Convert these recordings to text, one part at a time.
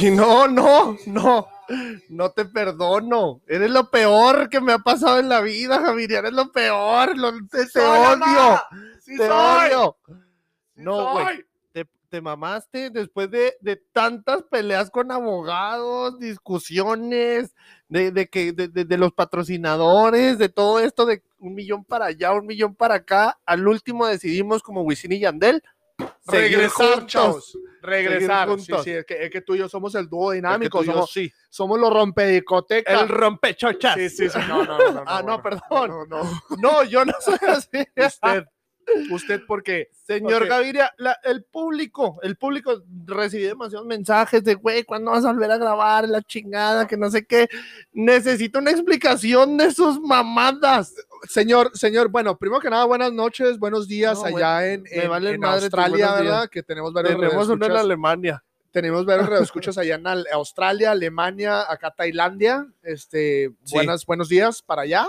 Y no, no, no, no te perdono. Eres lo peor que me ha pasado en la vida, Javier. Eres lo peor. lo- te te soy, odio. mamá. Sí te soy. odio. Sí No, güey. soy. Te, te mamaste después de, de tantas peleas con abogados, discusiones, de, de que de, de- de los patrocinadores, de todo esto, de un millón para allá, un millón para acá. Al último decidimos, como Wisin y Yandel, seguir Regresar, juntos. chavos. Regresar. Seguir Sí, juntos. sí, es, que, es que tú y yo somos el dúo Porque tú dinámico. y yo somos, sí. somos los rompediscotecas. El rompechochas. Sí, sí, sí. No, no, no. no, Ah, no, bueno. perdón. No, no, no. No, yo no soy así. Usted. Usted, porque. Señor Ok. Gaviria, la- el público, el público recibí demasiados mensajes de, güey, ¿cuándo vas a volver a grabar? La chingada, que no sé qué. Necesito una explicación de sus mamadas. Señor, señor, bueno, primero que nada, buenas noches, buenos días No, allá en, me en, valen en madre tus Australia, buenos días. ¿verdad? Que tenemos varios Tenemos uno en radioescuchas. Alemania. tenemos varios radioescuchas allá en Al- Australia, Alemania, acá Tailandia. Este, Sí. buenas, buenos días para allá.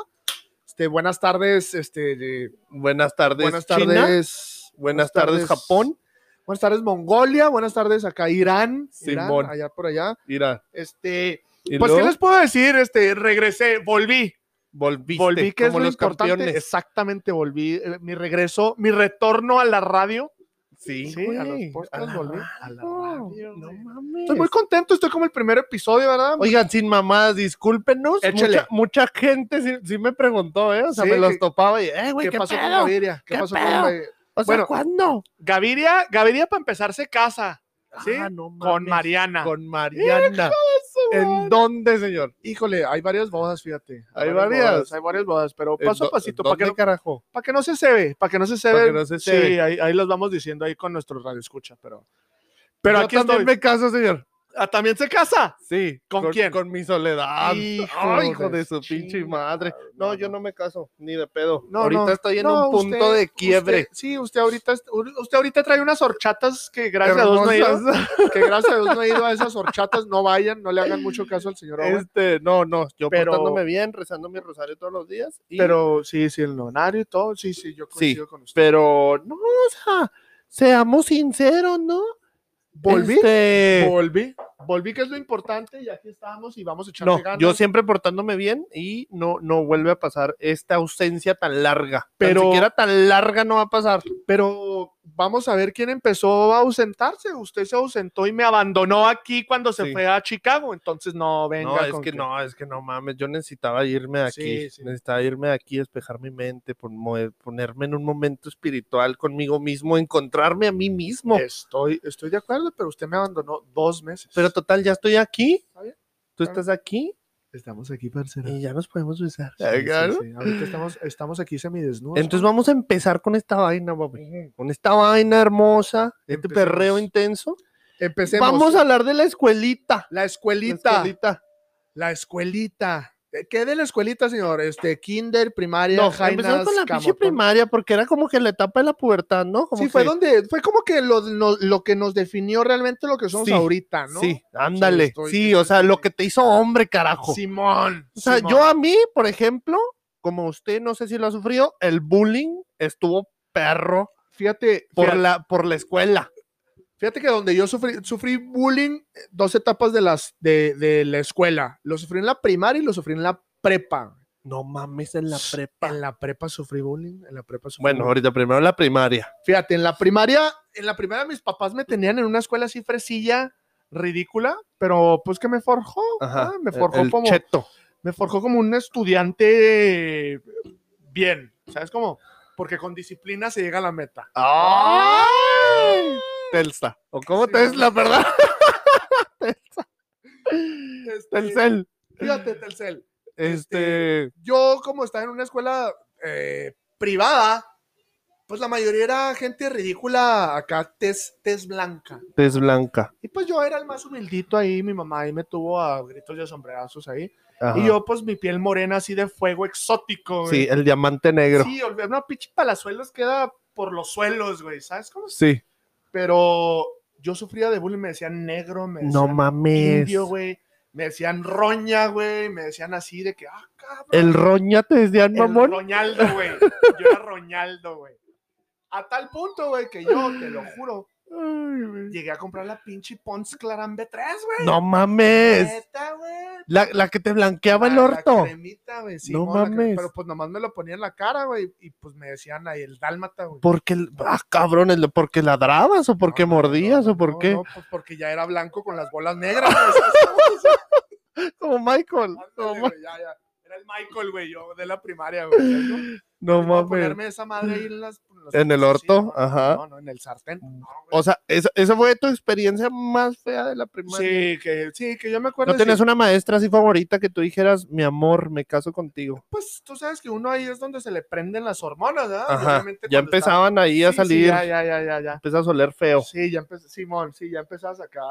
Este, buenas tardes, este, de- Buenas tardes, buenas China. tardes. Buenas tardes, Japón. Buenas tardes, Mongolia. Buenas tardes, acá Irán. Irán, Simón. allá por allá. Mira, Este, y pues, ¿qué luego les puedo decir? Este, regresé, volví. volviste, volví, que es como lo los importante. campeones. Exactamente, volví. eh, Mi regreso, mi retorno a la radio. Sí, Sí, a los güey, podcasts a la volví. radio, radio, no güey. mames. Estoy muy contento, estoy como el primer episodio, ¿verdad? Oigan, sin mamadas, discúlpenos. Échale. Mucha, mucha gente sí, sí me preguntó, ¿eh? O sea, Sí, me los que- topaba y, eh, güey, ¿Qué, ¿qué, pasó con pedo? Gaviria? ¿Qué, ¿Qué pasó pedo? con Gaviria? O sea, Bueno, ¿cuándo? Gaviria, Gaviria para empezar se casa, ¿sí? Ah, no con mames, Mariana. Con Mariana. ¿En dónde, señor? Híjole, hay varias bodas, fíjate. Hay varias. varias. bodas, hay varias bodas, pero paso a ¿En do- pasito, para dónde que, no, carajo? pa' que no se se ve, para que no se se Pa' ve. que no se sí, cebe. ahí, ahí los vamos diciendo ahí con nuestro radio escucha, pero... Pero Yo aquí también estoy. me caso, señor. Ah, ¿También se casa? Sí. ¿Con quién? Con mi soledad. Hijo Ay, hijo de de su chingada, pinche madre. no, No, yo no me caso, ni de pedo. No, Ahorita no. estoy en No, un punto usted- de quiebre. usted- sí, usted ahorita, es- usted ahorita trae unas horchatas que gracias a Dios no he ido. Hermosas. Que gracias a Dios no he ido a esas horchatas. No vayan, no le hagan mucho caso al señor Owen. Este, no, no, yo Pero- portándome bien, rezando mi rosario todos los días. y- Pero sí, sí, el nonario y todo, sí, sí, yo coincido con usted. pero no, o sea, seamos sinceros, ¿no? Volví, Este, volví, volví, que es lo importante, y aquí estamos y vamos a echarle no, ganas. yo siempre portándome bien y no, no vuelve a pasar esta ausencia tan larga. Pero Pero- ni siquiera tan larga no va a pasar. Pero vamos a ver quién empezó a ausentarse. Usted se ausentó y me abandonó aquí cuando se Sí. fue a Chicago, entonces no venga. no, es con que, no, es que no mames, yo necesitaba irme de Sí, aquí, sí. necesitaba irme de aquí, despejar mi mente, pon- mover- ponerme en un momento espiritual conmigo mismo, encontrarme a mí mismo. Estoy, estoy de acuerdo, pero usted me abandonó dos meses. Pero total, ya estoy aquí. Está bien, Tú está bien. estás aquí estamos aquí, parcero. y ya nos podemos besar. Sí, sí, sí, Ahorita estamos, estamos aquí semidesnudos. Ah, Entonces vamos a empezar con esta vaina, papi. Con esta vaina hermosa, este Empecemos. perreo intenso. Empecemos. Vamos a hablar de la escuelita. la La escuelita. escuelita. La escuelita. ¿De ¿Qué de la escuelita, señor? Este, kinder, primaria, No, jainas, empezamos con la pinche camotón. primaria porque era como que la etapa de la pubertad, ¿no? Como Sí, fue que- donde, fue como que lo, lo- lo que nos definió realmente lo que somos Sí, ahorita, ¿no? Sí, ándale. Sí, estoy- o sea, lo estoy- que te hizo hombre, carajo. Simón. o sea, Simón. yo a mí, por ejemplo, como usted no sé si lo ha sufrido, el bullying estuvo perro fíjate, por fíjate, la por la escuela. fíjate que donde yo sufrí, sufrí bullying eh, dos etapas de las de, de la escuela. Lo sufrí en la primaria y lo sufrí en la prepa. No mames en la prepa. En la prepa sufrí bullying, en la prepa sufrí Bueno, bullying. ahorita primero la primaria. Fíjate, en la primaria, en la primaria mis papás me tenían en una escuela así fresilla, ridícula, pero pues que me forjó, Ajá. ah, me el- forjó el como cheto. me forjó como un estudiante bien, ¿sabes cómo? Porque con disciplina se llega a la meta. ¡Ay! Telsa. ¿O cómo Sí, Tesla, verdad? Este, Telcel. Fíjate, Telcel. Este. Yo como estaba en una escuela eh, privada, pues la mayoría era gente ridícula acá, tez, tez blanca. Tes Este, blanca. Y pues yo era el más humildito ahí, mi mamá ahí me tuvo a gritos y a sombrerazos ahí. Ajá. Y yo, pues, mi piel morena así de fuego exótico, güey. Sí, el diamante negro. Sí, olvi- una pinche palazuelos queda por los suelos, güey, ¿sabes cómo? es? Sí. Pero yo sufría de bullying, me decían negro, me No decían mames. pues, indio, güey, me decían roña, güey, me decían así de que, ah, cabrón. El roña te decían, El mamón. Roñaldo, güey. Yo era Roñaldo, güey. A tal punto, güey, que yo, te lo juro, Ay, güey. Llegué a comprar la pinche Pons Clarambe 3, güey. No mames. Neta, güey. La, la que te blanqueaba el Pues, La- orto. La cremita, güey. sí, No mo, la crema. mames. Pero pues nomás me lo ponía en la cara, güey. Y pues me decían ahí el dálmata, güey. Porque, el- ah, cabrones, lo- porque ladrabas o porque No, no, mordías no, o por no, qué. No, pues porque ya era blanco con las bolas negras. güey, ¿sabes cómo? Como Michael. No, Ándale, ma- güey, ya, ya. Era el Michael, güey, yo de la primaria, güey. ¿sabes cómo? no Voy a mames. ponerme esa madre ahí en las- las En el cosas, orto, sí, no, no, ajá. No, no, en el sartén. no, güey. O sea, esa, esa fue tu experiencia más fea de la primaria. sí, que, sí, que yo me acuerdo. ¿No tenías sí. una maestra así favorita que tú dijeras, mi amor, me caso contigo? Pues tú sabes que uno ahí es donde se le prenden las hormonas, ¿verdad? Ajá. Ah, Obviamente Ya cuando está- empezaban ahí a Sí, sí, salir, ya, ya, ya, ya, ya. empieza a oler feo. Sí, ya empecé, Simón, sí, ya empezás acá.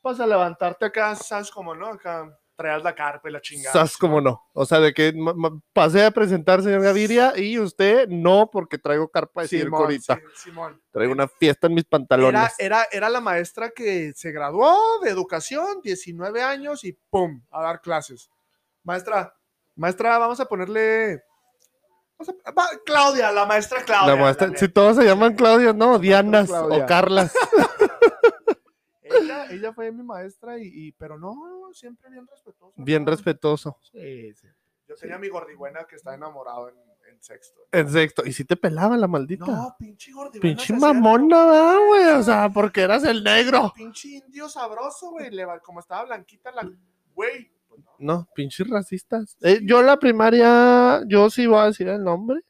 Pues a levantarte acá, ¿sabes cómo no? Acá traías la carpa y la chingada. Sas como no. O sea, de que ma- ma- pasé a presentar, señor Gaviria, y usted no, porque traigo carpa de circo pues, Simón, ahorita. sí, Simón. Traigo una fiesta en mis pantalones. Era, era, era la maestra que se graduó de educación, 19 años y ¡pum! a dar clases. Maestra, maestra, vamos a ponerle. vamos a- va- Claudia, la maestra Claudia. La maestra- la si todos se llaman Claudia, no, Dianas Claudia. o Carlas. neta. ella, ella fue mi maestra, y, y- pero no, siempre bien respetuosa. Bien ¿no? respetuoso. Sí, sí. Yo tenía a mi gordigüena que está enamorado en, en sexto. En sexto. Y si te pelaba la maldita. No, pinche gordigüena. se Pinche hacía mamona, ¿verdad, güey. O sea, porque eras el negro. Pinche indio sabroso, güey. le va- Como estaba blanquita la. Güey. pues no. No, pinches racistas. Eh, yo en la primaria, yo sí voy a decir el nombre.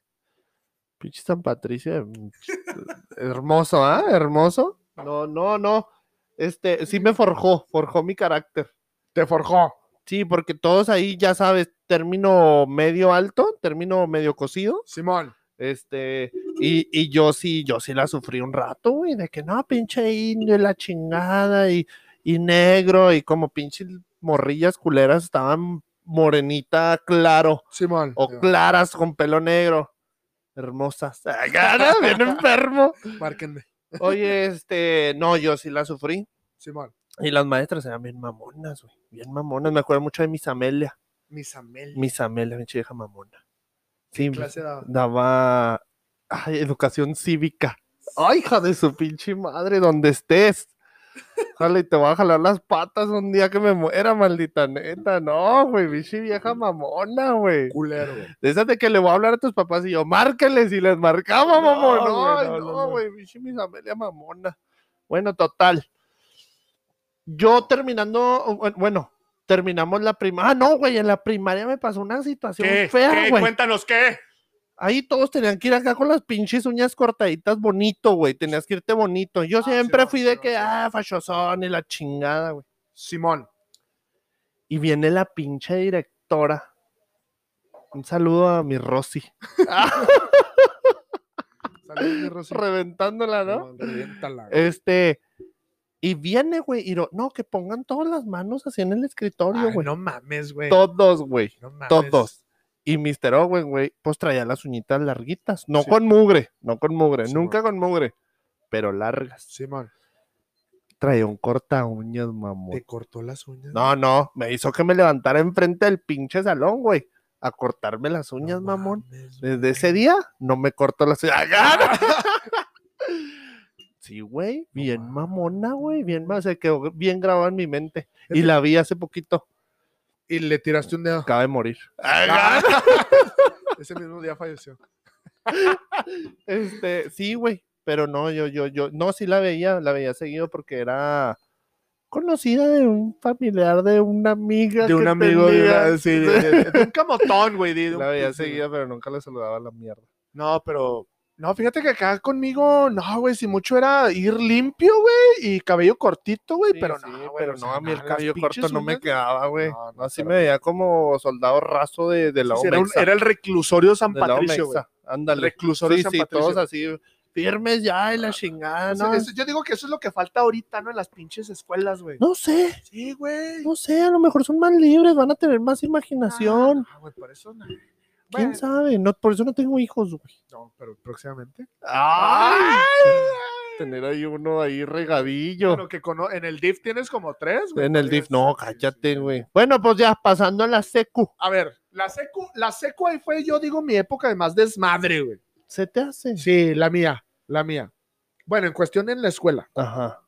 Pinche San Patricio. de- Hermoso, ¿ah? Hermoso. No, no, no. Este, sí me forjó, forjó mi carácter. Te forjó. Sí, porque todos ahí, ya sabes, término medio alto, término medio cocido. Simón. Este, y, y yo sí, yo sí la sufrí un rato, güey, de que no, pinche indio y la chingada y, y negro y como pinches morrillas culeras estaban morenita, claro, Simón. o claras con pelo negro, hermosas, Ay, cara, bien enfermo. Márquenme. Oye, este, no, yo sí la sufrí Simón. y las maestras eran bien mamonas, güey, bien mamonas, me acuerdo mucho de mis Amelia, Mis Amelia. mis Amelia, pinche vieja mamona. Sí, clase daba? daba ay, educación cívica. Ay, hija de su pinche madre, donde estés. Jale, y te voy a jalar las patas un día que me muera, maldita neta. No, güey, bichi vieja mamona, güey. Culero, güey. De esas de que le voy a hablar a tus papás y yo, márcales, y les marcaba, No, mamón. No, güey, ay, no, no, no, no. güey, bichi mis Amelia mamona. Bueno, total. Yo terminando, bu- bueno, terminamos la primaria. Ah, no, güey, en la primaria me pasó una situación fea, güey. Cuéntanos qué. Ahí todos tenían que ir acá con las pinches uñas cortaditas bonito, güey. Tenías que irte bonito. Yo Ah, siempre Simón, fui de Simón, que, Simón. ah, fachosón y la chingada, güey. Simón. Y viene la pinche directora. Un saludo a mi Rosy. Saludos, mi Rosy. Reventándola, ¿no? Simón, reviéntala, güey. Este. Y viene, güey, y no, no, que pongan todas las manos así en el escritorio, Ay, güey. Ah, no mames, güey. Todos, güey. No mames. todos. Y Mr. Owen, güey, pues traía las uñitas larguitas. No Sí. con mugre, no con mugre, Simón. nunca con mugre, pero largas. Simón. Traía un corta uñas, mamón. Te cortó las uñas. No, no, me hizo que me levantara enfrente del pinche salón, güey, a cortarme las No uñas, mamón. mames, Ah. güey. Desde ese día no me corto las uñas. ¡Agarra! Sí, güey, bien mamona, güey, bien ma- se quedó bien grabado en mi mente. Y la vi hace poquito, Y le tiraste un dedo. acaba de morir. Ah. Ese mismo día falleció. Este, sí, güey, pero no, yo, yo, yo, no, sí la veía, la veía seguido porque era conocida de un familiar, de una amiga. que tenía. sí, de- de- de un camotón, güey. de- de un La veía pinche- seguida, pero nunca le saludaba a la mierda. No, pero. No, fíjate que acá conmigo, no, güey, si mucho era ir limpio, güey, y cabello cortito, güey, Sí, pero sí, no, güey, pero o no, sea, a mí el las cabello pinches corto no me uñas, quedaba, güey. No, no, Así pero me no. veía como soldado raso de, de la sí, era, un- Omexa, era el reclusorio San de la Patricio, güey. Omexa. Ándale. Reclusorio sí, San sí, Patricio. todos así, firmes ya y la chingada, Eso- ¿no? eso- yo digo que eso es lo que falta ahorita, ¿no? En las pinches escuelas, güey. No sé, Sí, güey. no sé, a lo mejor son más libres, van a tener más imaginación. Ah, güey, por eso no. ¿Quién Bueno, sabe? No, por eso no tengo hijos, güey. No, pero próximamente. Tener ahí uno ahí regadillo. Bueno, que cono- en el DIF tienes como tres, güey. en el podrías- DIF, no, sí, sí, cállate, sí. güey. Bueno, pues ya, pasando a la secu. A ver, la secu, la secu ahí fue, yo digo, mi época de más desmadre, güey. ¿Se te hace? Sí, la mía, la mía. Bueno, en cuestión en la escuela. Ajá.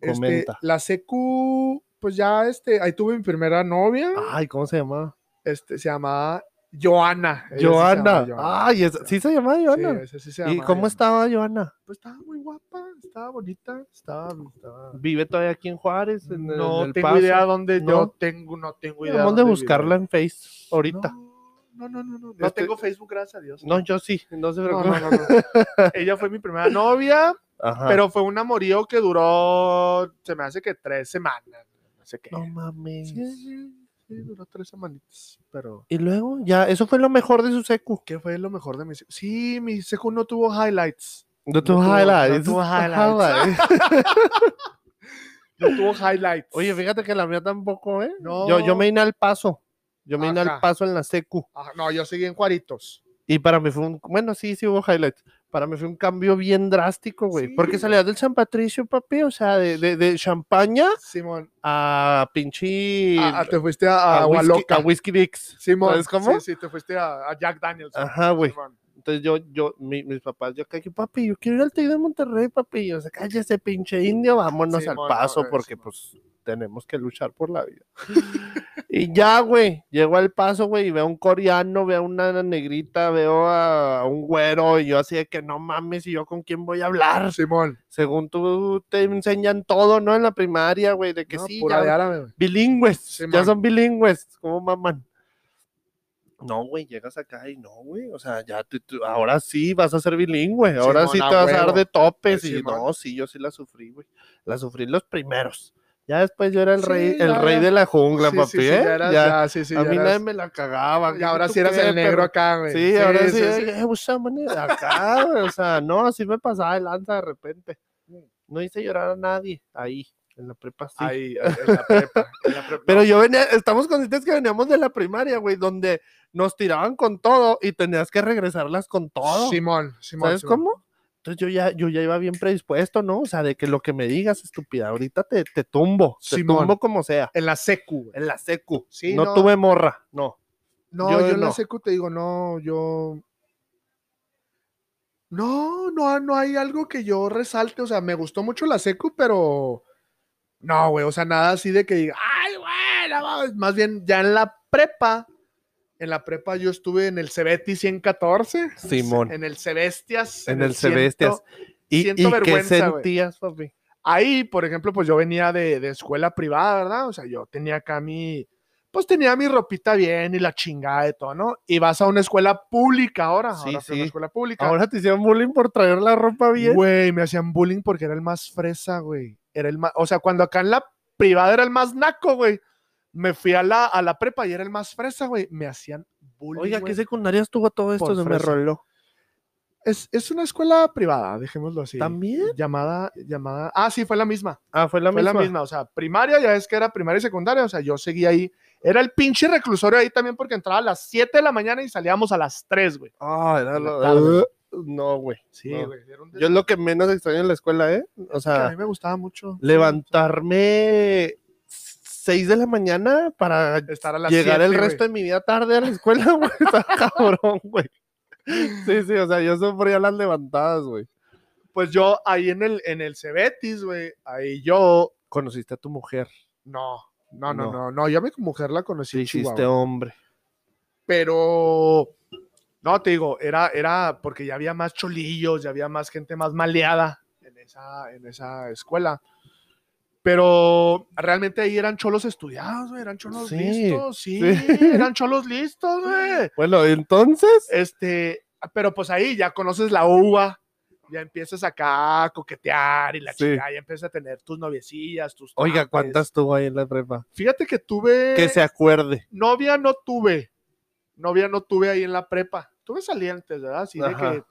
Este, Comenta. la secu, pues ya, este, ahí tuve mi primera novia. Ay, ¿cómo se llamaba? Este, se llamaba Joana. Ella sí se Joana. llamaba Joana. Ay, es- sí se llamaba Joana. Sí, esa sí se ¿Y llamaba cómo Joana. estaba Joana? Pues estaba muy guapa, estaba bonita, estaba... estaba- ¿Vive todavía aquí en Juárez? En el- No en el tengo Paso? idea dónde No. yo tengo, no tengo idea. Vamos de dónde vive. buscarla en Face ahorita. No, no, no, no. No, no Este- tengo Facebook, gracias a Dios. No, yo sí, no se No, preocupe. no, no, no. Ah. Ella fue mi primera novia, Ajá. pero fue un amorío que duró, se me hace que tres semanas. No sé qué. No mames. Sí, sí, sí, duró tres semanitas, pero... Y luego, ya, eso fue lo mejor de su secu. ¿Qué fue lo mejor de mi secu? Sí, mi secu no tuvo highlights. No tuvo- tuvo no highlights. tuvo highlights. No tuvo highlights. Oye, fíjate que la mía tampoco, ¿eh? No. Yo, yo me vine al paso. Yo me vine Ajá. al paso en la secu. Ajá, Ah, no, yo seguí en Juaritos. Y para mí fue un. Bueno, sí, sí hubo highlights. Para mí fue un cambio bien drástico, güey. Sí. Porque salías del San Patricio, papi. O sea, de, de, de champaña Simón, a pinche. ah, ah, te fuiste a, a a Agua whisky, Loca. a Whisky Dicks. Simón, ¿Sabes cómo? Sí, sí, te fuiste a, a Jack Daniels. Ajá, güey. Simón. Entonces yo, yo, mi- mis papás, yo acá, que, papi, yo quiero ir al TEC de Monterrey, papi. Y Yo, "Se calla ese pinche indio, vámonos Sí, al mono, paso, güey, porque sí, mono. pues tenemos que luchar por la vida. y ya, güey, llego al paso, güey, y veo a un coreano, veo a una negrita, veo a, a un güero, y yo así de que no mames, y yo con quién voy a hablar. Simón. Según tú te enseñan todo, ¿no? En la primaria, güey, de que No, sí, pura ya- de árabe, güey. bilingües, Sí, ya man. son bilingües, ¿cómo maman? No, güey, llegas acá y no, güey, o sea, ya te- tú- ahora sí vas a ser bilingüe, ahora man, sí a te vas a dar huevo. de topes Sí, y man. no, sí, yo sí la sufrí, güey, la sufrí los primeros. Ya después yo era el Sí, rey, el ya, rey ya. de la jungla, Sí, papi, sí, sí, ¿eh? ya eras- Ya, ya, sí, sí, a ya mí nadie eras- me la cagaba. Y ahora ¿tú sí eras qué, el negro perro? acá, güey. Sí, ahora sí, sí. eh, what's up, man? acá, güey, o sea, no, así me pasaba de lanza de repente. Mm. No hice llorar a nadie ahí, en la prepa sí. Ahí, en la prepa. en la prepa. Pero yo venía, estamos conscientes que veníamos de la primaria, güey, donde nos tiraban con todo y tenías que regresarlas con todo. Simón, Simón. ¿Sabes Simón. cómo? Entonces yo ya, yo ya iba bien predispuesto, ¿no? O sea, de que lo que me digas, estúpida, ahorita te, te tumbo, te Simón. tumbo como sea. En la secu, güey. En la secu. Sí, no, no. tuve morra, no. No, Yo yo, en la no. secu te digo, no, yo. No, no, no hay algo que yo resalte. O sea, me gustó mucho la secu, pero. No, güey, o sea, nada así de que diga, ay, güey, no mames". Más bien, ya en la prepa. En la prepa yo estuve en el Cebeti 114. Simón. En el Sebestias. En el Sebestias. 100. ¿Y, siento y qué vergüenza, güey. sentías, papi? Ahí, por ejemplo, pues yo venía de, de escuela privada, ¿verdad? O sea, yo tenía acá mi, pues tenía mi ropita bien y la chingada de todo, ¿no? Y vas a una escuela pública ahora, Sí, ahora fui a una sí. escuela pública. Ahora te hicieron bullying por traer la ropa bien. Güey, me hacían bullying porque era el más fresa, güey. Era el más, o sea, cuando acá en la privada era el más naco, güey. Me fui a la, a la prepa y era el más fresa, güey. Me hacían bullying. Oiga, ¿qué güey. secundaria estuvo todo esto? Por Se me fresa. roló. es, es una escuela privada, dejémoslo así. ¿También? Llamada, llamada. Ah, sí, fue la misma. Ah, fue la fue misma. la misma, o sea, primaria ya es que era primaria y secundaria, o sea, yo seguía ahí. Era el pinche reclusorio ahí también porque entraba a las 7 de la mañana y salíamos a las 3, güey. Ah, era En la lo- tarde. no, güey. Sí, No. güey. Era un Yo es lo que menos extraño en la escuela, ¿eh? O desastre, a sea, mí me gustaba mucho. levantarme 6 de la mañana para Estar a las llegar el siete, güey. resto de mi vida tarde a la escuela, güey. Está cabrón, güey. Sí, sí, o sea, yo sufría las levantadas, güey. Pues yo ahí en el, en el Cebetis, güey, ahí yo, Conociste a tu mujer, no, no, no, No. no, no, yo a mi mujer la conocí te en hiciste Chihuahua. hombre. Pero, no, te digo, era, era porque ya había más cholillos, ya había más gente más maleada en esa, en esa escuela. Pero realmente ahí eran cholos estudiados, güey, eran cholos Sí, listos, sí, sí. eran cholos listos, güey. Bueno, entonces, Este, pero pues ahí ya conoces la uva, ya empiezas acá a coquetear y la Sí. chica, ya empiezas a tener tus noviecillas, tus... oiga, tantes. ¿cuántas tuvo ahí en la prepa? Fíjate que tuve Que se acuerde. novia no tuve. Novia no tuve ahí en la prepa. Tuve salientes, ¿verdad? Así de Ajá. que.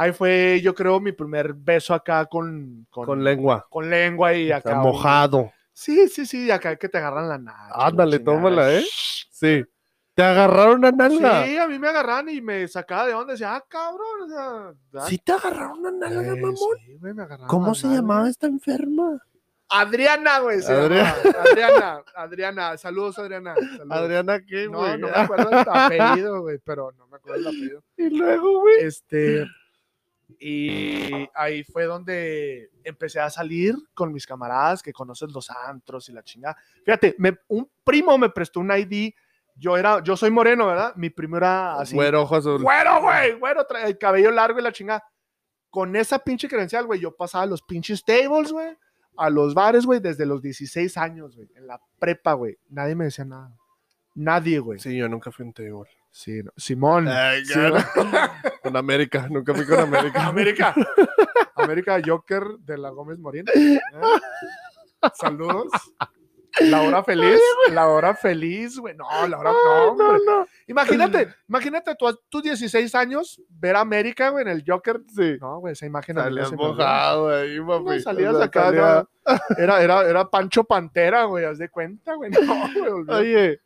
Ahí fue, yo creo, mi primer beso acá con. Con, Con lengua. con lengua y Está acá. un- mojado. Sí, sí, sí, acá que te agarran la nalga. la Ándale, chingada. tómala, ¿eh? Sí. ¿Te agarraron a nalga? Sí, a mí me agarran y me sacaba de onda. Decía, ah, cabrón. O sea, ¿verdad? ¿Sí te agarraron una Eh, nalga, mamón? sí, güey, me agarraban ¿Cómo la se Ah, nalga. llamaba esta enferma? Adriana, güey. se Adriana. llamaba. Adriana, Adriana. Saludos, Adriana. saludos. Adriana, ¿qué, No, güey? no me acuerdo el apellido, güey, pero no me acuerdo el apellido. y luego, güey. Este. Y ahí fue donde empecé a salir con mis camaradas que conoces los antros y la chingada. Fíjate, me- un primo me prestó un ID. Yo era, yo soy moreno, ¿verdad? Mi primo era así. Güero, ojo azul. Güero, güey, güero, trae el cabello largo y la chingada. Con esa pinche credencial, güey, yo pasaba a los pinches tables, güey, a los bares, güey, desde los 16 años, güey, en la prepa, güey. Nadie me decía nada. Nadie, güey. Sí, Sí, Ah, yo nunca fui un table. no. Simón. Ay, Sí, claro. Con América, nunca fui con América. América. América Joker de la Gómez Morín. ¿eh? Saludos. La hora feliz, la hora feliz, güey. No, la hora no, hombre. Imagínate, imagínate tú, a tus 16 años ver a América, güey, en el Joker. No, güey, esa imagen a mí no Salías se me olvida. mojado ahí, papi. No, salías O sea, acá, salía- no. Era, era, era Pancho Pantera, güey, haz de cuenta, güey. No, güey, olvídate. Oye,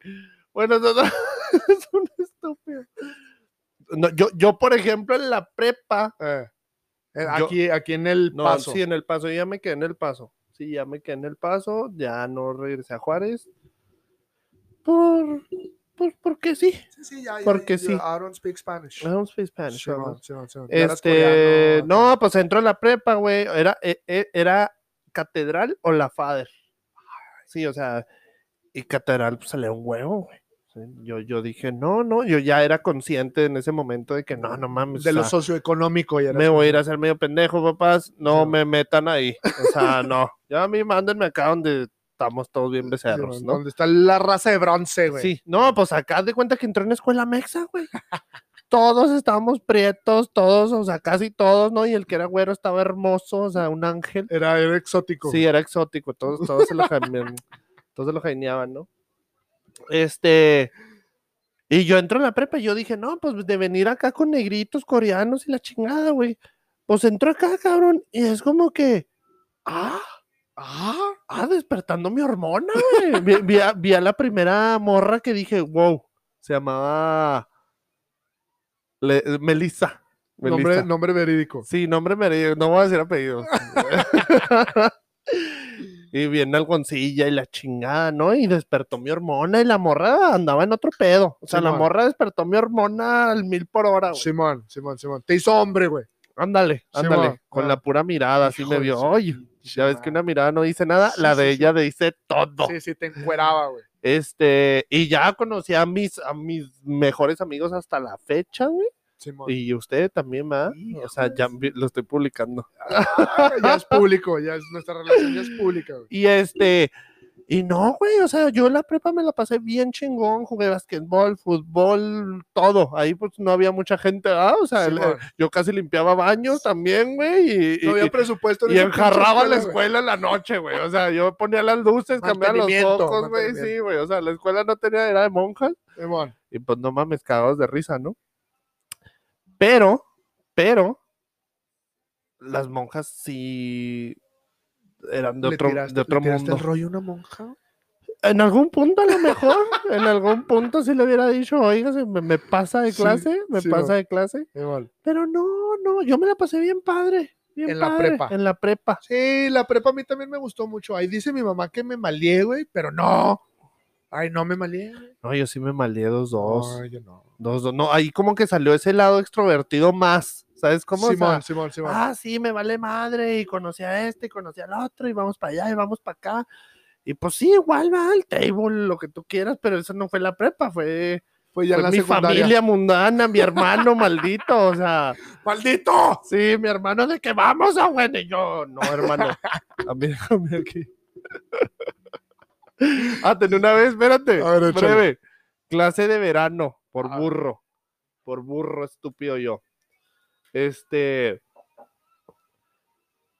bueno, no, no, es un estúpido. No, yo, yo, por ejemplo, en la prepa, Eh, eh, Yo- aquí, aquí en el no, paso. sí, en el paso, yo ya me quedé en el paso. Sí, ya me quedé en el paso, ya no regresé a Juárez. Por, por, porque sí. Sí, sí, ya, ya, Porque ya, sí. I don't speak Spanish. I don't speak Spanish, Simón, ¿verdad? Simón, Simón. Ya eras Este, coreano, no, pues entró a la prepa, güey. Era, e- e- era catedral o la fader. Sí, o sea, y catedral pues, salía un huevo, güey. Sí, Yo, yo dije, no, no, yo ya era consciente en ese momento de que no, no mames. de o lo sea, socioeconómico ya me voy a ir a hacer pues, ah, medio pendejo, papás. No Sí. me metan ahí. O sea, no. Ya a mí mándenme acá donde estamos todos bien becerros, ¿no? Donde está la raza de bronce, güey. Sí, no, pues acá de cuenta que entró en escuela mexa, güey. Todos estábamos prietos, todos, o sea, casi todos, ¿no? Y el que era güero estaba hermoso, o sea, un ángel. Era, era exótico. Sí, güey. era exótico, todos, todos se lo jaimeaban, todos se lo jaineaban, ¿no? Este, y yo entro en la prepa y yo dije, no, pues de venir acá con negritos, coreanos y la chingada, güey. Pues entró acá, cabrón, y es como que, ah, Ah, Ah, despertando mi hormona, güey. Vi, vi a, vi a la primera morra que dije, wow, se llamaba Le- Melissa. nombre, Melissa. nombre verídico. Sí, nombre Melissa, no voy a decir apellido. y bien algoncilla y la chingada, ¿no? Y despertó mi hormona y la morra andaba en otro pedo. O sea, la Simón. morra despertó mi hormona al mil por hora, Ah, güey. Simón, Simón, Simón. Te hizo hombre, güey. Ándale, Simón, ándale. con ah. la pura mirada, así me Hijo de vio. su Oye, pinche ya ves que una madre. mirada no dice nada, Sí, la de sí, sí. ella dice todo. Sí, sí, te encueraba, güey. Este, y ya conocí a mis, a mis mejores amigos hasta la fecha, güey. Simón. Y usted también, ¿verdad? O sea, ya vi- lo estoy publicando. Ah, ya es público, ya es, nuestra relación ya es pública, güey. Y este, y no, güey, o sea, yo en la prepa me la pasé bien chingón, jugué basquetbol, fútbol, todo. Ahí pues no había mucha gente, ¿verdad? O sea, el- eh, Simón. yo casi limpiaba baños también, güey. Y, No y- había presupuesto y esa pinche enjarraba la güey. escuela en la noche, güey. O sea, yo ponía las luces, cambiaba los Mantenimiento, focos, güey. Sí, mantenimiento. güey. O sea, la escuela no tenía, era de monjas. Simón. Y pues no mames, cagados de risa, ¿no? Pero, pero, las monjas sí eran de ¿Le otro, tiraste- de otro le tiraste mundo. el rollo a una monja? En algún punto, a lo mejor, en algún punto sí le hubiera dicho, oiga, se me, me pasa de Sí, clase, me sí, pasa no. de clase. Simón. Pero no, no, yo me la pasé bien padre. bien En la padre, prepa. En la prepa. Sí, la prepa a mí también me gustó mucho. Ahí dice mi mamá que me malié, güey, pero no. Ay, no me malié. güey. No, yo sí me malé dos, dos. No, yo no. Dos, dos. No, ahí como que salió ese lado extrovertido más. ¿Sabes cómo? O sea, Simón, Simón, Simón. Ah, sí, me vale madre, y conocí a este, y conocí al otro, y vamos para allá, y vamos para acá. Y pues sí, igual va al table, lo que tú quieras, pero eso no fue la prepa, fue, Fue ya en fue la mi secundaria. familia mundana, mi hermano maldito, o sea, ¡Maldito! sí, mi hermano de que vamos a bueno, y yo, no, hermano, a mí déjame aquí. ah, ten una vez, espérate, A ver, échale. breve, clase de verano, por Ah. burro, por burro estúpido yo. Este.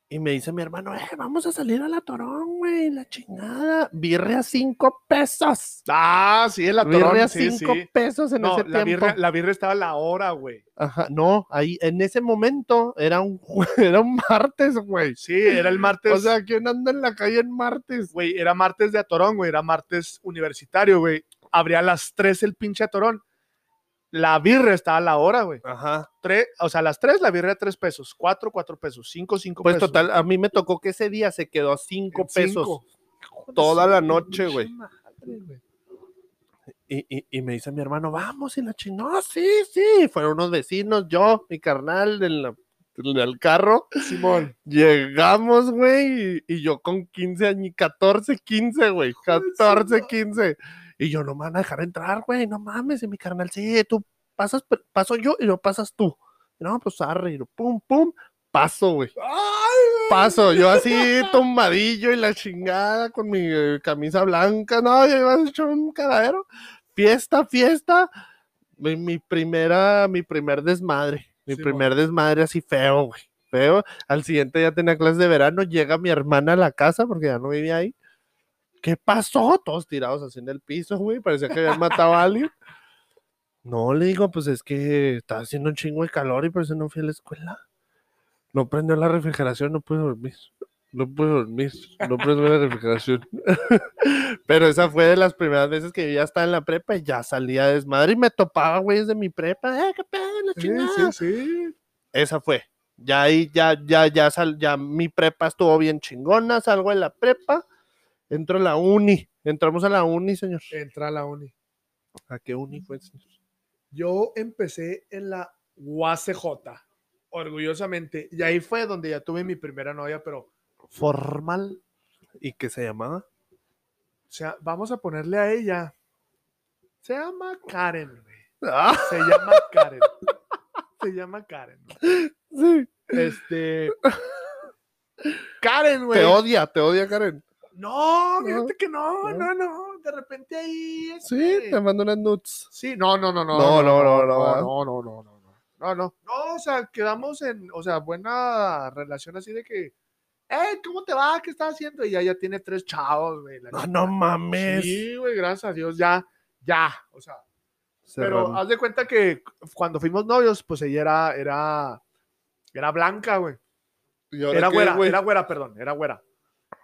Y me dice mi hermano, eh, vamos a salir a la Torón, güey, la chingada. Birria cinco pesos. Ah, sí, el birria atorón, sí, cinco sí. pesos en No, ese la tiempo. birria, la birria estaba a la hora, güey. Ajá, no, ahí, en ese momento era un, jue- era un martes, güey. Sí, era el martes. O sea, ¿quién anda en la calle en martes? güey, era martes de atorón, güey, era martes universitario, güey. Abría a las 3 el pinche atorón. La birra estaba a la hora, güey. Ajá. Tres- O sea, a las 3 la birra a 3 pesos, 4, 4 pesos, 5, 5 Pues pesos. total, a mí me tocó que ese día se quedó a cinco En pesos. cinco. Hijo de toda su la noche, pinche güey. madre, güey. Y, y- y me dice mi hermano, vamos, y la chingada, sí, sí. Fueron unos vecinos, yo, mi carnal, de la en el carro. Simón. Llegamos, güey, y, y yo con 15 años, 14, 15, güey, 14, 15. Y yo, no me van a dejar entrar, güey, no mames, y mi carnal, sí, tú pasas, pero paso yo y no pasas tú. Y no, pues arre, y yo, pum, pum, paso, güey, ¡Ay! paso. Yo así tomadillo y la chingada con mi eh, camisa blanca, no, ya ibas hecho un cagadero. Fiesta, fiesta, mi, mi primera, mi primer desmadre, mi Sí, primer desmadre así feo, güey, feo. Al siguiente ya tenía clases de verano, llega mi hermana a la casa porque ya no vivía ahí. ¿Qué pasó? Todos tirados así en el piso, güey, parecía que habían matado a alguien. No, le digo, pues es que está haciendo un chingo de calor y por eso no fui a la escuela. No prendió la refrigeración, no pude dormir. No pude dormir, no prendió la refrigeración. Pero esa fue de las primeras veces que yo ya estaba en la prepa y ya salía de desmadre y me topaba, güey, de mi prepa. ¡Eh, qué pedo, la Sí, chingada! sí, sí. Esa fue. Ya ahí, ya, ya, ya, sal, ya mi prepa estuvo bien chingona, salgo de la prepa, entro a la uni. Entramos a la uni, señor. Entra a la uni. ¿A qué uni fue, señor? Yo empecé en la UACJ, orgullosamente. Y ahí fue donde ya tuve mi primera novia, pero, o Formal. ¿Y qué se llamaba? sea, vamos a ponerle a ella. Se llama Karen, güey. Ah, Se llama Karen. Se llama Karen. güey. sí. Este. Karen, güey. Te odia, te odia, Karen. No, No, fíjate que no, no. no, no. De repente ahí. Sí, este, te mando unas nuts. Sí, no, no, no, no. No, no, ah. no, no, no, no, no, no. No, no. No, o sea, quedamos en, o sea, buena relación así de que, hey, ¿cómo te va? ¿Qué estás haciendo? Y ya, ya tiene tres chavos, güey. la No, neta. Ah, no mames. Sí, güey, gracias a Dios, ya, ya, o sea. Pero Cerramos. haz de cuenta que cuando fuimos novios, pues ella era, era, era blanca, güey. ¿Y ahora Era qué, güera, güey? era güera, perdón, era güera.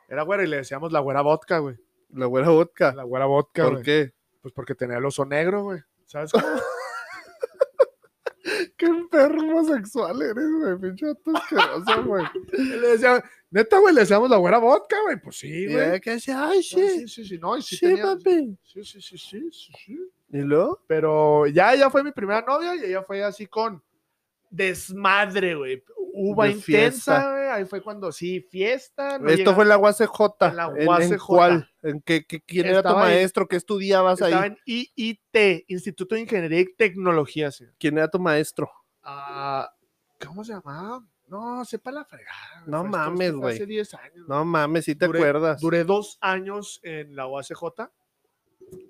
Era güera y le decíamos la güera vodka, güey. La güera vodka. La güera vodka, ¿Por güey. qué? Pues porque tenía el oso negro, güey. ¿Sabes cómo? Qué enfermo sexual eres, güey. Pinche vato asqueroso, güey. Y le decía, neta, güey, le decíamos la güera vodka, güey. Pues sí, Y güey. era que decía, ay, No, sí, sí. sí, sí, no, y sí, Sí, tenía- papi. sí, sí, sí, sí, sí, sí. ¿Y luego? Pero ya ella fue mi primera novia y ella fue así con desmadre, güey. Uva De fiesta. intensa, güey. Ahí fue cuando sí, fiesta. no Esto llegaba- fue en la UACJ. En la ¿En- ¿En, UACJ. cuál? ¿En qué, qué- ¿Quién era tu Estaba en- maestro? ¿Qué estudiabas Estaba ahí? en IIT, Instituto de Ingeniería y Tecnología, señor. ¿Quién era tu maestro? Ah, ¿Cómo se llamaba? No, sepa la fregada. güey. No Fue esto- mames, esto fue güey. Hace 10 años. No mames, si te Duré- acuerdas. Duré dos años en la UACJ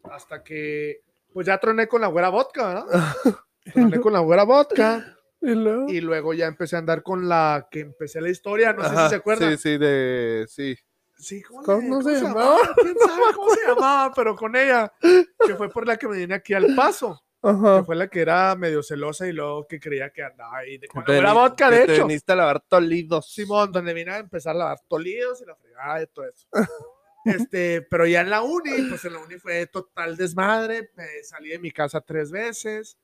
hasta que, pues ya troné con la güera vodka, ¿verdad? troné con la güera vodka ¿Y luego? y luego ya empecé a andar con la que empecé la historia, no sé Ajá, si se acuerdan. Sí, sí, de. Sí. Sí, ¿cómo, ¿Cómo le- cómo se se llamaba? llamaba? ¿Quién sabe cómo se llamaba? Pero con ella, que fue por la que me vine aquí al paso, que Ajá. fue la que era medio celosa y luego que creía que andaba ahí de- con la Te güera veni- vodka, que de te hecho. viniste a este, lavar tolidos. Simón, donde vine a empezar a lavar tolidos y la fregada y todo eso. Este, pero ya en la uni, pues en la uni fue total desmadre. me salí de mi casa tres veces.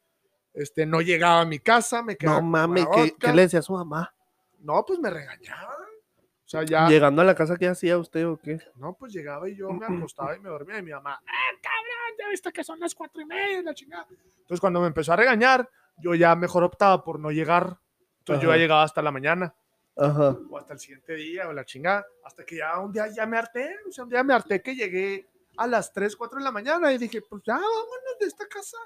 Este, no llegaba a mi casa, me quedaba. No con mames, la ¿qué, vodka. qué le decía a su mamá? No, pues me regañaba. O sea, ya. Llegando a la casa, ¿qué hacía usted o qué? No, pues llegaba y yo me acostaba y me dormía. Y mi mamá, ¡ah, cabrón! Ya viste que son las cuatro y media, la chingada. Entonces, cuando me empezó a regañar, yo ya mejor optaba por no llegar. Entonces, yo Ajá. ya llegaba hasta la mañana. Ajá. o hasta el siguiente día o la chingada, hasta que ya un día ya me harté, o sea, un día me harté que llegué a las 3, 4 de la mañana y dije, pues ya vámonos de esta casa,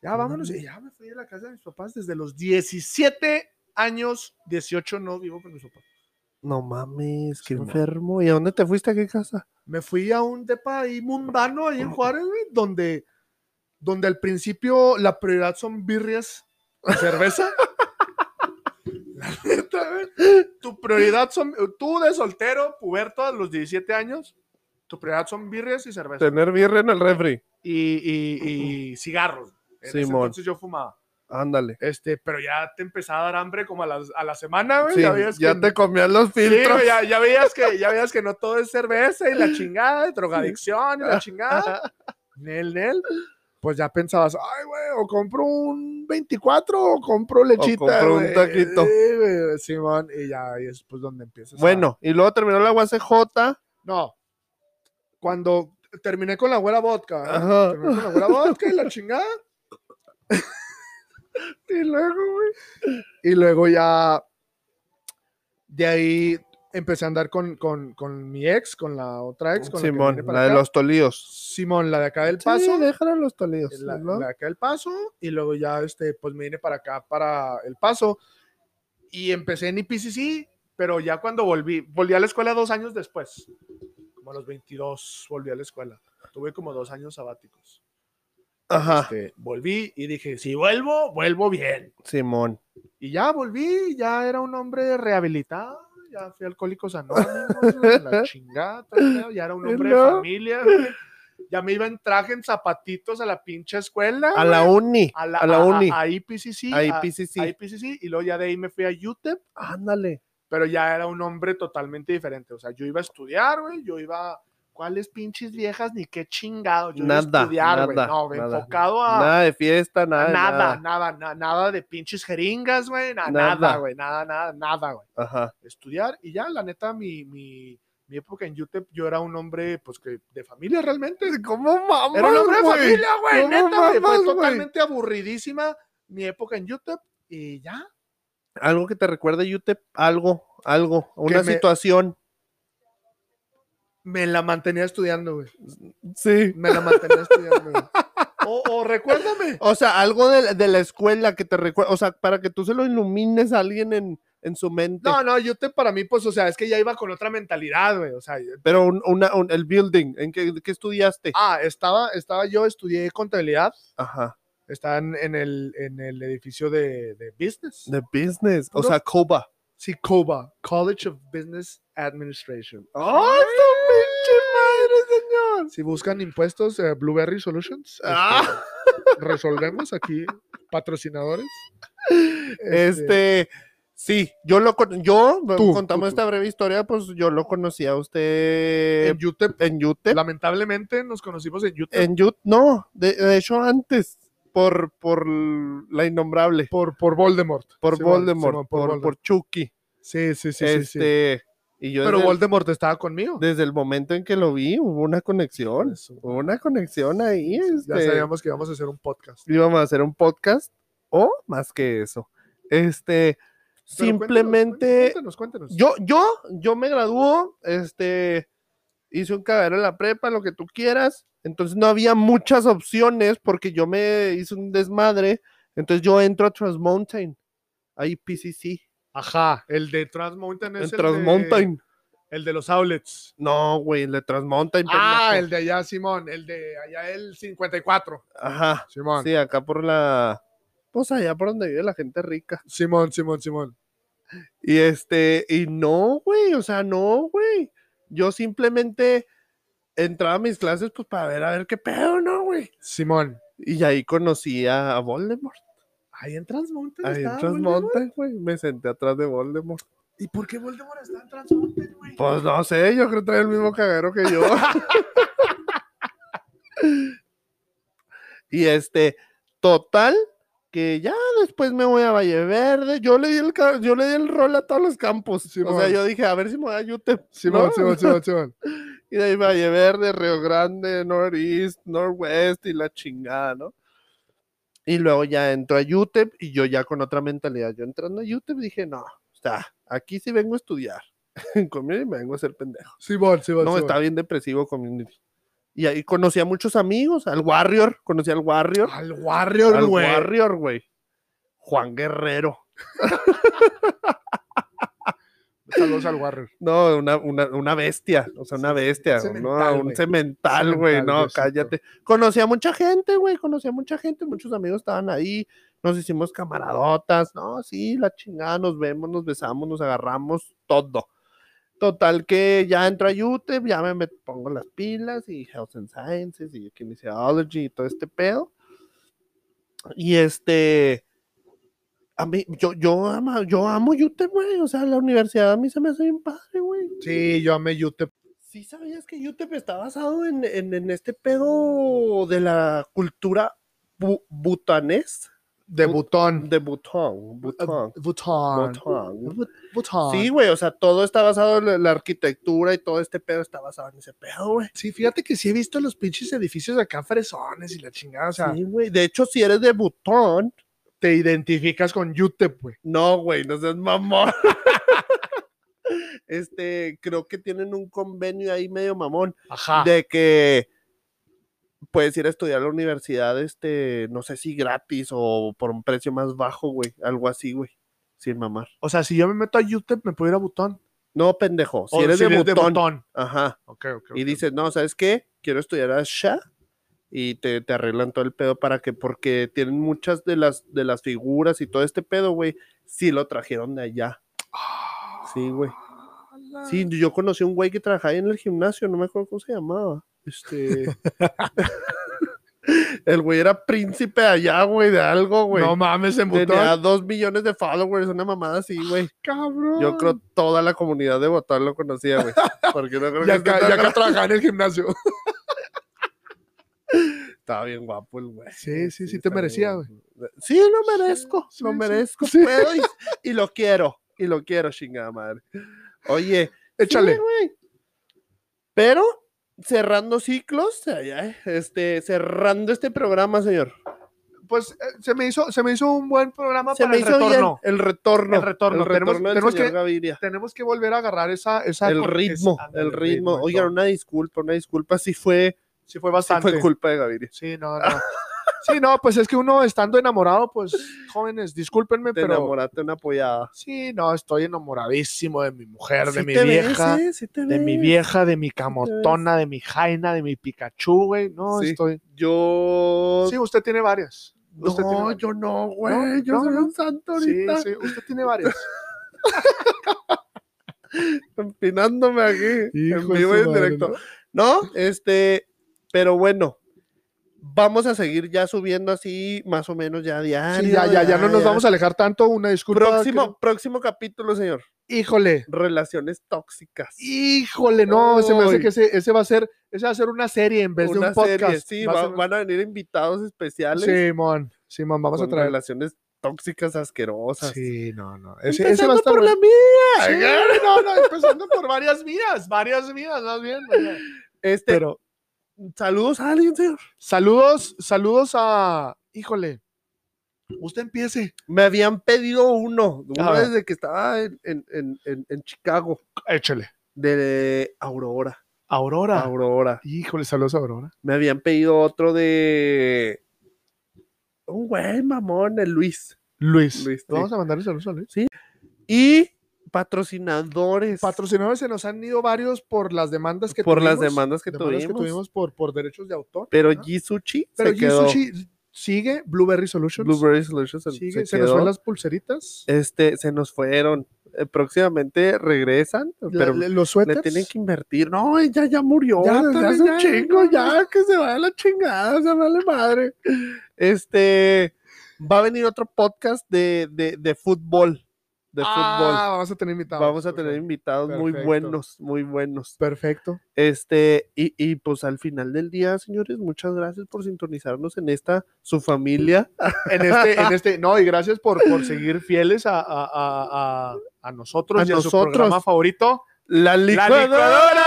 ya vámonos, y ya me fui de la casa de mis papás desde los 17 años, 18 no vivo con mis papás. No mames, qué Simón. enfermo. ¿Y a dónde te fuiste? ¿A qué casa? Me fui a un depa ahí mundano, ahí en Juárez, güey, donde, donde al principio la prioridad son birrias y cerveza. La neta, güey. Tu prioridad son, tú de soltero, puberto, a los 17 años, tu prioridad son birrias y cerveza. Tener birra en el refri. Y, y- y cigarros. En ese Simón. entonces yo fumaba. Ándale. Este, pero ya te empezaba a dar hambre como a la, a la semana, güey. Sí, ya ya veías que- te comían los Sí, filtros. güey, ya, ya veías que, ya veías que no todo es cerveza y la chingada, y drogadicción y la chingada. Nel, Nel. Pues ya pensabas, ay, güey, o compro un 24 o compro lechita. compro un güey". taquito. Sí, güey, Simón, y ya y es pues donde empiezas. a- Bueno, y luego terminó la UACJ. Ah, No. Cuando terminé con la güera vodka, ¿eh? Ajá. terminé con la güera vodka y la chingada. Y luego, güey. Y luego ya De ahí empecé a andar con, con, con mi ex, con la otra ex, con que Simón, vine para la de acá. los tolíos. Simón, la de acá del paso. dejaron los tolíos. la, ¿no? la de acá del paso. Y luego ya, este, pues me vine para acá, para el paso. Y empecé en IPCC, pero ya cuando volví, volví a la escuela dos años después. Como a los 22 volví a la escuela. Tuve como dos años sabáticos. Ajá, Este, volví y dije, si vuelvo, vuelvo bien. Simón. Y ya volví, ya era un hombre rehabilitado, ya fui a alcohólicos anónimos, güey, la chingada, todo el pedo, ya era un hombre de No. familia, güey. ya me iba en traje, en zapatitos a la pinche escuela, A la Ah, güey, ah, uni. a la, a la uni. a, IPCC, A a- IPCC. a IPCC, y luego ya de ahí me fui a UTEP, Ándale. pero ya era un hombre totalmente diferente, o sea, yo iba a estudiar, güey, yo iba, ¿cuáles pinches viejas ni qué chingado? Yo iba Nada, a estudiar, güey, nada, no, güey, nada. enfocado a Nada de fiesta, nada. de Ah. nada, nada, na- nada de pinches jeringas, güey, na- Nada. nada, güey, nada, nada, nada, güey. Ajá. Estudiar y ya, la neta, mi, mi, mi época en UTEP, yo era un hombre, pues, que de familia realmente. ¿Cómo mamas, Era un hombre de güey? familia, güey, No neta, güey, fue mames, güey. totalmente aburridísima mi época en UTEP y ya. Algo que te recuerde, UTEP, algo, algo, una me- situación. Me la mantenía estudiando, güey. Sí. Me la mantenía estudiando, güey. O, o recuérdame. O sea, algo de, la- de la escuela que te recuerde, o sea, para que tú se lo ilumines a alguien en, en su mente. No, no, UTEP para mí, pues, o sea, es que ya iba con otra mentalidad, güey. O sea, Pero un- una, un- el building, ¿en qué, qué estudiaste? ah, estaba, estaba yo, estudié contabilidad. Ajá. están en el, en el edificio de, de business. De business, o Puro- sea, Coba. Sí, COBA, College of Business Administration. ¡Ah, su pinche madre, señor! Si buscan impuestos, eh, Blueberry Solutions, este, Ah. resolvemos aquí patrocinadores. Este, sí, yo lo con- yo Tú, contamos tú, esta breve historia, pues yo lo conocí a usted en UTEP, en UTEP, lamentablemente nos conocimos en UTEP en UTEP, no, de, de hecho antes por por la innombrable, por, por Voldemort. por Simón, Voldemort, Simón, por, Voldemort. por Chucky. Sí, sí, sí, sí, sí. este, y yo Pero desde, Voldemort estaba conmigo. desde el momento en que lo vi hubo una conexión, Eso. hubo una conexión ahí, Ya este, sabíamos que íbamos a hacer un podcast. íbamos a hacer un podcast o más que eso. Este, Pero simplemente Cuéntanos, cuéntanos. cuéntanos. yo, yo, yo me graduó, este, hice un cagadero en la prepa, lo que tú quieras. Entonces no había muchas opciones porque yo me hice un desmadre. Entonces yo entro a Transmountain, a IPCC, Ajá, el de Transmountain en es el de- Transmountain. el de los outlets. No, güey, el de Transmountain. Ah, pendejo. el de allá, Simón, el de allá el 54. Ajá. Simón. Sí, acá por la, pues allá por donde vive la gente rica. Simón, Simón, Simón. Y este, y no, güey, o sea, no, güey. Yo simplemente entraba a mis clases pues para ver a ver qué pedo, ¿no, güey? Simón. Y ahí conocí a, a Voldemort. Ahí en Transmountain Ahí en estaba Voldemort. Transmountain, güey. Me senté atrás de Voldemort. ¿Y por qué Voldemort está en Transmountain, güey? Pues no sé, yo creo que trae el mismo cagadero que yo. y este, total, que ya después me voy a Valle Verde. Yo le di el, ca- yo le di el rol a todos los campos. o sea, Simón. yo dije, a ver si me voy a UTEP. Simón, ¿no? Simón, Simón, Simón. Y de ahí Valle Verde, Río Grande, Northeast, Northwest y la chingada, ¿no? Y luego ya entro a UTEP y yo ya con otra mentalidad. Yo entrando a UTEP dije, no, está, aquí sí vengo a estudiar. En community me vengo a ser pendejo. Simón, Simón. No, Simón. está bien depresivo community. Y ahí conocí a muchos amigos, al Warrior, conocí al Warrior. Al Warrior, al güey. Warrior, güey. Juan Guerrero. Saludos al Warrior. No, una, una, una bestia, o sea, una bestia, cemental, ¿no? un güey. cemental, güey, Cemental, no, Diosito. cállate. Conocí a mucha gente, güey, conocí a mucha gente, muchos amigos estaban ahí, nos hicimos camaradotas, no, sí, la chingada, nos vemos, nos besamos, nos agarramos, todo. Total que ya entro a UTEP, ya me, met- pongo las pilas y Health and Sciences y Kinesiology y todo este pedo. Y este, a mí, yo, yo, ama- yo amo UTEP, güey, o sea, la universidad a mí se me hace bien padre, güey. Sí, yo amé UTEP. ¿Sí sabías que UTEP está basado en, en- en este Mm. pedo de la cultura bu- butanés? De Butón. De Bután, Bután, Butón. Bután. Butón. Sí, güey, o sea, todo está basado en la, la arquitectura y todo este pedo está basado en ese pedo, güey. Sí, fíjate que sí he visto los pinches edificios acá fresones y la chingada. O sea, Sí, güey. De hecho, si eres de Bután, te identificas con UTEP, güey. no, güey, no seas mamón. este, creo que tienen un convenio ahí medio mamón Ajá. de que puedes ir a estudiar a la universidad, este, no sé si gratis o por un precio más bajo, güey, algo así, güey, sin mamar. O sea, si yo me meto a UTEP, me puedo ir a Butón. No, pendejo, si O eres de Butón, Butón. ajá, Ok, ok. y ok. dices, no, ¿sabes qué? Quiero estudiar a Sha y te, te arreglan todo el pedo para que, porque tienen muchas de las, de las figuras y todo este pedo, güey, sí lo trajeron de allá, Ah, sí, güey. ala. Sí, yo conocí a un güey que trabajaba ahí en el gimnasio, no me acuerdo cómo se llamaba. Este. el güey era príncipe allá, güey, de algo, güey. No mames, en Butón. Tenía dos millones de followers, una mamada así, güey. Cabrón. Yo creo toda la comunidad de Botán lo conocía, güey. Porque no creo Ya que esté acá, tan ya acá grande. trabajaba en el gimnasio. Estaba bien guapo el güey. Sí, sí, sí te estaba bien merecía, guapo. Sí, lo merezco, sí, lo sí. merezco, Sí. puedo y, y lo quiero, y lo quiero, chingada madre. Oye, Échale. Sí, güey. Pero cerrando ciclos, ay, ay, este, cerrando este programa, señor. Pues eh, se me hizo, se me hizo un buen programa Se para me el hizo bien retorno. el retorno. El retorno, tenemos- del tenemos señor que- Gaviria. Tenemos que volver a agarrar esa, esa El con- ritmo, esa- ándale, el ritmo. y Oigan, todo. una disculpa, una disculpa si fue, sí fue si bastante. fue culpa de Gaviria. Sí, no, no. Sí, no, pues es que uno estando enamorado, pues jóvenes, discúlpenme, Te pero enamoraste de una apoyada. sí, no, estoy enamoradísimo de mi mujer, de Sí mi te vieja, ves, eh, sí te de mi ves. vieja, de mi camotona, de mi jaina, de mi Pikachu, güey. No, Sí. estoy. Yo. Sí, usted tiene varias. Usted tiene no, varias. yo no, güey. No, yo no, soy no. un santo Sí, ahorita. sí, usted tiene varias. Empinándome aquí. en Hijo de vivo y su en madre, directo. ¿no? Este, pero bueno, vamos a seguir ya subiendo así, más o menos ya ¿no? diario. Sí, ya, ya, ya no nos vamos a alejar tanto. Una disculpa. Próximo, creo. próximo capítulo, señor. Híjole. Relaciones tóxicas. Híjole, no, se me hace Uy. que ese, ese va a ser, ese va a ser una serie en vez pues, de Una un podcast. serie, sí, Va a va- ser- van a venir invitados especiales. Simón, Simón, vamos a con traer. relaciones tóxicas asquerosas. Sí, no, no. Ese, ese Empezando va a estar por la bueno. Sí, mía. no, no, empezando por varias vías, varias vías, más bien. ¿verdad? Este, Pero saludos a alguien, señor. saludos, saludos a, híjole, usted empiece. Me habían pedido uno, A uno ver. desde que estaba en, en- en- en- en Chicago, Échale. de Aurora. Aurora. Aurora. Híjole, saludos a Aurora. Me habían pedido otro de. Un güey mamón, el Luis. Luis. Luis, sí. Vamos a mandarle saludos a Luis. Y patrocinadores. Patrocinadores se nos han ido varios por las demandas que por las tuvimos. demandas que demandas tuvimos. que tuvimos por, por derechos de autor. Pero ¿verdad? Jisuchi Pero se quedó. Jisushi sigue, Blueberry Solutions. Blueberry Solutions se, sigue, se, se nos quedó. ven las pulseritas. Este, se nos fueron. Eh, próximamente regresan, la- pero la- los le suéteres. tienen que invertir. No, ella ya murió. Ya, desde también, hace un ya, chingo, no, ya, que se va a la chingada, se vale madre. Este, va a venir otro podcast de, de, de fútbol. De fútbol. Ah, vamos a tener invitados. Vamos a tener invitados muy Perfecto. buenos, muy buenos. Perfecto. Este, y, y pues al final del día, señores, muchas gracias por sintonizarnos en esta, su familia. En este, en este, no, y gracias por, por seguir fieles a, a, a, a- a nosotros A y a su nosotros. programa favorito. La licuadora. ¡Uh!